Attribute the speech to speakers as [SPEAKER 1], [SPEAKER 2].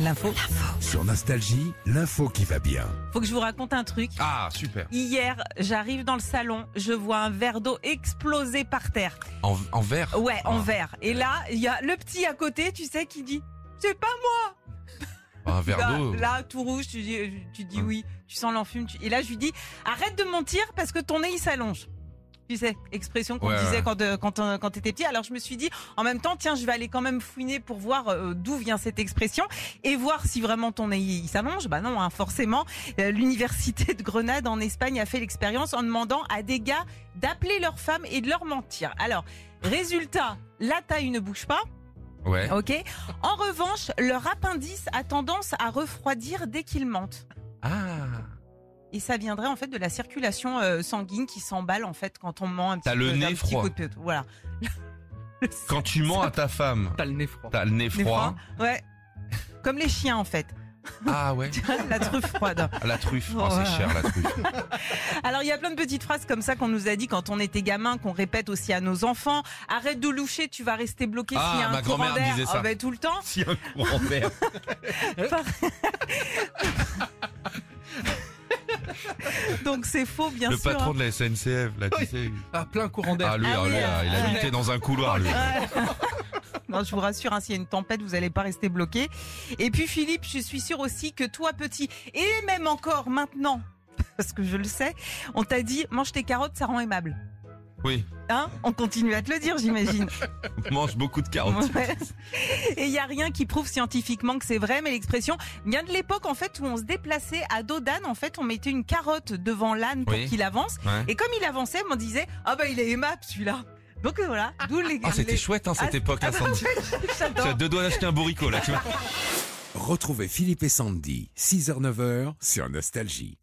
[SPEAKER 1] L'info.
[SPEAKER 2] Sur Nostalgie, l'info qui va bien.
[SPEAKER 1] Faut que je vous raconte un truc.
[SPEAKER 3] Ah, super.
[SPEAKER 1] Hier, j'arrive dans le salon, je vois un verre d'eau exploser par terre.
[SPEAKER 3] En, en verre
[SPEAKER 1] Ouais, en
[SPEAKER 3] Ah.
[SPEAKER 1] verre. Et là, il y a le petit à côté, tu sais, qui dit C'est pas moi
[SPEAKER 3] Un verre
[SPEAKER 1] Là,
[SPEAKER 3] Ah, d'eau Hein.
[SPEAKER 1] là, tout rouge, tu dis, tu dis oui, tu sens l'enfume. tu- Et là, je lui dis Arrête de mentir parce que ton nez, il s'allonge. Tu sais, expression qu'on
[SPEAKER 3] Ouais,
[SPEAKER 1] disait
[SPEAKER 3] ouais.
[SPEAKER 1] quand, euh, quand, euh, quand t'étais petit. Alors, je me suis dit En même temps, tiens, je vais aller quand même fouiner pour voir euh, d'où vient cette expression et voir si vraiment ton nez, il s'allonge. Bah non, hein, forcément. Euh, L'université de Grenade en Espagne a fait l'expérience en demandant à des gars d'appeler leurs femmes et de leur mentir. Alors, résultat, la taille ne bouge pas.
[SPEAKER 3] Ouais.
[SPEAKER 1] Ok. En revanche, leur appendice a tendance à refroidir dès qu'ils mentent.
[SPEAKER 3] Ah.
[SPEAKER 1] Et ça viendrait en fait de la circulation euh, sanguine qui s'emballe en fait quand on ment un petit
[SPEAKER 3] T'as le
[SPEAKER 1] peu,
[SPEAKER 3] nez
[SPEAKER 1] un petit
[SPEAKER 3] froid.
[SPEAKER 1] coup de pute. Voilà.
[SPEAKER 3] Quand tu mens à ta femme,
[SPEAKER 4] T'as le nez froid.
[SPEAKER 3] t'as le nez
[SPEAKER 1] Nez
[SPEAKER 3] froid.
[SPEAKER 1] Ouais. Comme les chiens en fait.
[SPEAKER 3] Ah ouais.
[SPEAKER 1] la truffe froide.
[SPEAKER 3] La truffe. Oh,
[SPEAKER 1] Ouais.
[SPEAKER 3] c'est cher la truffe.
[SPEAKER 1] Alors il y a plein de petites phrases comme ça qu'on nous a dit quand on était gamin, qu'on répète aussi à nos enfants. Arrête de loucher, tu vas rester bloqué
[SPEAKER 3] Ah,
[SPEAKER 1] s'il y a un
[SPEAKER 3] ma
[SPEAKER 1] courant
[SPEAKER 3] grand-mère
[SPEAKER 1] d'air.
[SPEAKER 3] disait
[SPEAKER 1] Ah
[SPEAKER 3] ça.
[SPEAKER 1] ben, tout le temps.
[SPEAKER 3] si un courant d'air.
[SPEAKER 1] Donc c'est faux bien
[SPEAKER 3] Le
[SPEAKER 1] sûr. hein.
[SPEAKER 3] patron de la SNCF, là, tu sais.
[SPEAKER 4] Ah, plein courant d'air.
[SPEAKER 3] Ah lui,
[SPEAKER 1] Ah
[SPEAKER 3] ah,
[SPEAKER 1] oui,
[SPEAKER 3] lui, ah, il
[SPEAKER 1] ah,
[SPEAKER 3] a
[SPEAKER 1] ouais.
[SPEAKER 3] lutté dans un couloir lui.
[SPEAKER 1] Non, je vous rassure, hein, s'il y a une tempête, vous n'allez pas rester bloqué. Et puis Philippe, je suis sûre aussi que toi petit, et même encore maintenant, parce que je le sais, on t'a dit mange tes carottes, ça rend aimable.
[SPEAKER 3] Oui.
[SPEAKER 1] Hein on continue à te le dire, j'imagine.
[SPEAKER 3] Mange beaucoup de carottes.
[SPEAKER 1] Ouais. Et il n'y a rien qui prouve scientifiquement que c'est vrai, mais l'expression vient de l'époque en fait où on se déplaçait à dos d'âne. En fait, on mettait une carotte devant l'âne pour
[SPEAKER 3] Oui.
[SPEAKER 1] qu'il avance.
[SPEAKER 3] Ouais. Ah,
[SPEAKER 1] Et comme il avançait, on disait ah bah il est aimable celui-là. Donc voilà, d'où les.
[SPEAKER 3] Ah c'était
[SPEAKER 1] les-
[SPEAKER 3] chouette hein, cette
[SPEAKER 1] Ah,
[SPEAKER 3] époque
[SPEAKER 1] ah, bah,
[SPEAKER 3] incendie.
[SPEAKER 1] j'adore.
[SPEAKER 3] Tu as deux doigts d'acheter un bourricot là, tu vois.
[SPEAKER 2] Retrouvez Philippe et Sandy, 6h-9h sur Nostalgie.